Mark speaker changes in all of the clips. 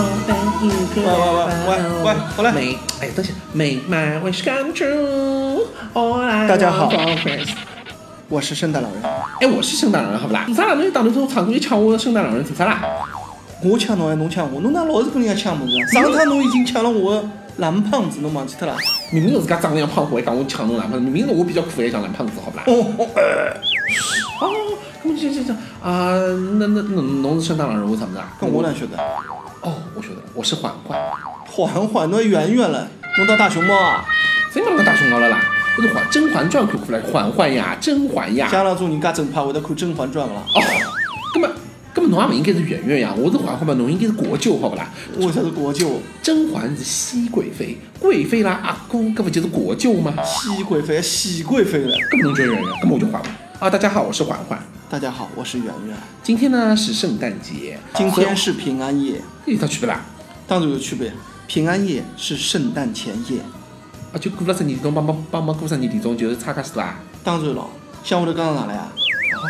Speaker 1: 喂
Speaker 2: 喂喂喂喂好嘞
Speaker 1: 美，哎，等一下，Make my wish come true，all I
Speaker 2: 大家好
Speaker 1: want for Christmas
Speaker 2: 我是圣诞老人，
Speaker 1: 哎，我是圣诞老人，好不啦？你咱俩那当时从韩国去抢我的圣诞老人，怎啥啦？
Speaker 2: 我抢侬还侬抢我，侬哪老是跟人家抢么子啊？上趟侬已经抢了我的蓝胖子，侬忘记脱了？
Speaker 1: 明明是自家长得像胖虎，还讲我抢侬男朋友，明明是我比较可爱，像男胖子，好不啦？
Speaker 2: 哦哦，呃
Speaker 1: 哦，那么这这这啊，那那那侬是圣诞老人，我怎么着啊？
Speaker 2: 跟我哪晓得？
Speaker 1: 哦，我晓得了，我是缓缓，
Speaker 2: 缓缓，侬圆圆了，侬当大熊猫啊？
Speaker 1: 谁把那个大熊猫了啦？我是缓《甄嬛传》看过来，缓缓呀，甄嬛呀。
Speaker 2: 家浪中人家正派会得看《甄嬛传》勿啦？
Speaker 1: 哦，根本根本侬也勿应该是圆圆呀，我是嬛嬛嘛，侬应该是国舅好不啦？
Speaker 2: 我才是国舅，
Speaker 1: 甄嬛是熹贵妃，贵妃啦阿公，搿勿就是国舅吗？
Speaker 2: 熹贵妃，熹贵妃了。
Speaker 1: 根本侬就圆圆，根本我就缓缓啊！大家好，我是缓缓，
Speaker 2: 大家好，我是圆圆，
Speaker 1: 今天呢是圣诞节，
Speaker 2: 今天是平安夜，
Speaker 1: 有啥区别啦？
Speaker 2: 当然有区别，平安夜是圣诞前夜。
Speaker 1: 啊，就过了十二点钟，帮忙帮忙过十二点钟，就是差噶是啦。哦
Speaker 2: 当然咯，像我头讲的哪来啊？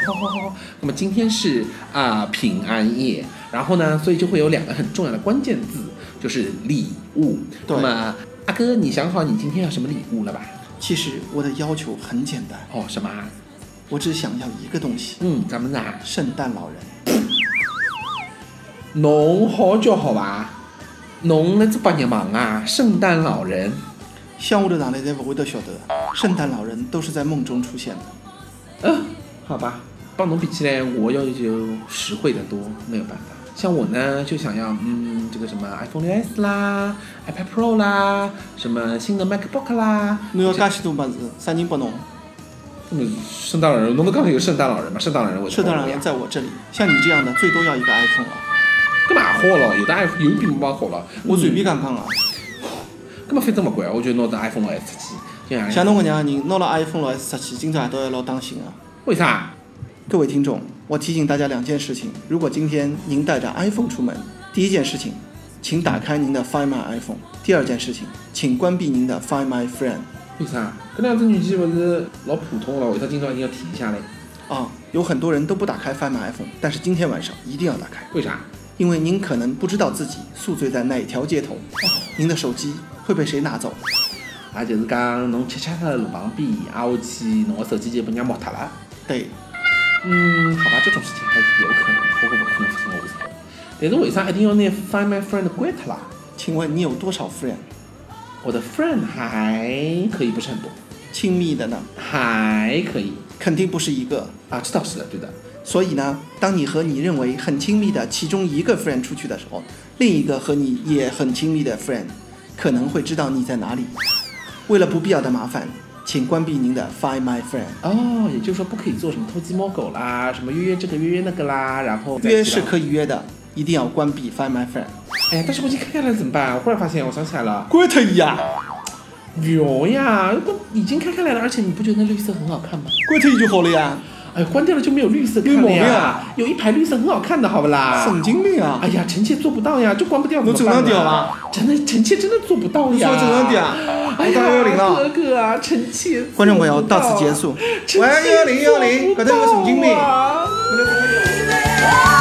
Speaker 1: 好好好好，那么今天是啊、平安夜，然后呢，所以就会有两个很重要的关键字，就是礼物。
Speaker 2: 对
Speaker 1: 那么阿哥，你想好你今天要什么礼物了吧？
Speaker 2: 其实我的要求很简单，
Speaker 1: 哦，什么啊？
Speaker 2: 我只想要一个东西：
Speaker 1: 嗯，咱们呐，
Speaker 2: 圣诞老人。
Speaker 1: 侬好叫好吧？侬那只白日梦啊，圣诞老人。
Speaker 2: 像我头哪来侪勿会得晓得，圣诞老人都是在梦中出现的。
Speaker 1: 嗯，好吧，帮侬比起来，我要求实惠的多，没有办法。像我呢，就想要嗯，这个什么 iPhone 6 S 啦，iPad Pro 啦，什么新的 MacBook 啦。
Speaker 2: 侬要介许多物事，啥人拨侬？
Speaker 1: 嗯，圣诞老人，侬们刚才有圣诞老人嘛？圣诞老人我就
Speaker 2: 圣诞老
Speaker 1: 不要
Speaker 2: 人在我这里，像你这样的最多要一个 iPhone 啊！
Speaker 1: 干嘛好了？有的 iPhone 有比没好了，
Speaker 2: 我随
Speaker 1: 嗯，
Speaker 2: 便讲讲啊，
Speaker 1: 干嘛反正勿管，我就拿只 iPhone 六 S 去，就像
Speaker 2: 像侬搿样的人拿了 iPhone 六 S 出去，今朝夜到要老当心啊！
Speaker 1: 为啥？
Speaker 2: 各位听众，我提醒大家两件事情：如果今天您带着 iPhone 出门，第一件事情，请打开您的 Find My iPhone；第二件事情，请关闭您的 Find My Friend。
Speaker 1: 为啥？搿两只软件勿是老普通了，为啥今朝一定要提一下嘞？
Speaker 2: 啊，有很多人都不打开 Find My iPhone，但是今天晚上一定要打开，
Speaker 1: 为啥？
Speaker 2: 因为您可能不知道自己宿醉在哪条街头，您的手机会被谁拿走。
Speaker 1: 也啊就是讲，侬恰恰在路旁边，挨下去，侬个手机就被人家摸脱了。
Speaker 2: 对，
Speaker 1: 嗯，好吧，这种事情还是有可能的，不过勿可能发生我啥。但是为啥一定要拿 Find My Friend 关脱啦？
Speaker 2: 请问你有多少 friend？
Speaker 1: 我的 friend 还可以不是很多，
Speaker 2: 亲密的呢，
Speaker 1: 还可以
Speaker 2: 肯定不是一个。
Speaker 1: 啊，这倒是的，对的。
Speaker 2: 所以呢，当你和你认为很亲密的其中一个 friend 出去的时候，另一个和你也很亲密的 friend 可能会知道你在哪里。为了不必要的麻烦，请关闭您的 Find My Friend。
Speaker 1: 哦，也就是说不可以做什么偷鸡摸狗啦，什么约约这个约约那个啦，然后
Speaker 2: 约是可以约的，一定要关闭 Find My Friend。
Speaker 1: 哎，但是我已经开开了怎么办？我忽然发现，我想起来了，
Speaker 2: 关他呀！
Speaker 1: 有呀，都已经开开来了，而且你不觉得那绿色很好看吗？
Speaker 2: 关掉就好了呀！
Speaker 1: 哎，关掉了就没有绿色看
Speaker 2: 有
Speaker 1: 了
Speaker 2: 毛病
Speaker 1: 呀
Speaker 2: 啊，
Speaker 1: 有一排绿色很好看的，好不啦？
Speaker 2: 神经病啊！
Speaker 1: 哎呀，臣妾做不到呀，就关不掉，
Speaker 2: 侬
Speaker 1: 怎么办
Speaker 2: 正常点
Speaker 1: 呢
Speaker 2: 吧？
Speaker 1: 真的，臣妾真的做不到呀。
Speaker 2: 你说正常点啊
Speaker 1: 哎
Speaker 2: 我打幺幺零
Speaker 1: 呀，哥
Speaker 2: 了
Speaker 1: 哥啊，臣妾。
Speaker 2: 观众朋友，到此结。束。
Speaker 1: 臣妾
Speaker 2: 喂幺幺零幺
Speaker 1: 做
Speaker 2: 零
Speaker 1: 不啊
Speaker 2: 搿搭有个神经病
Speaker 1: 到啊
Speaker 3: 啊。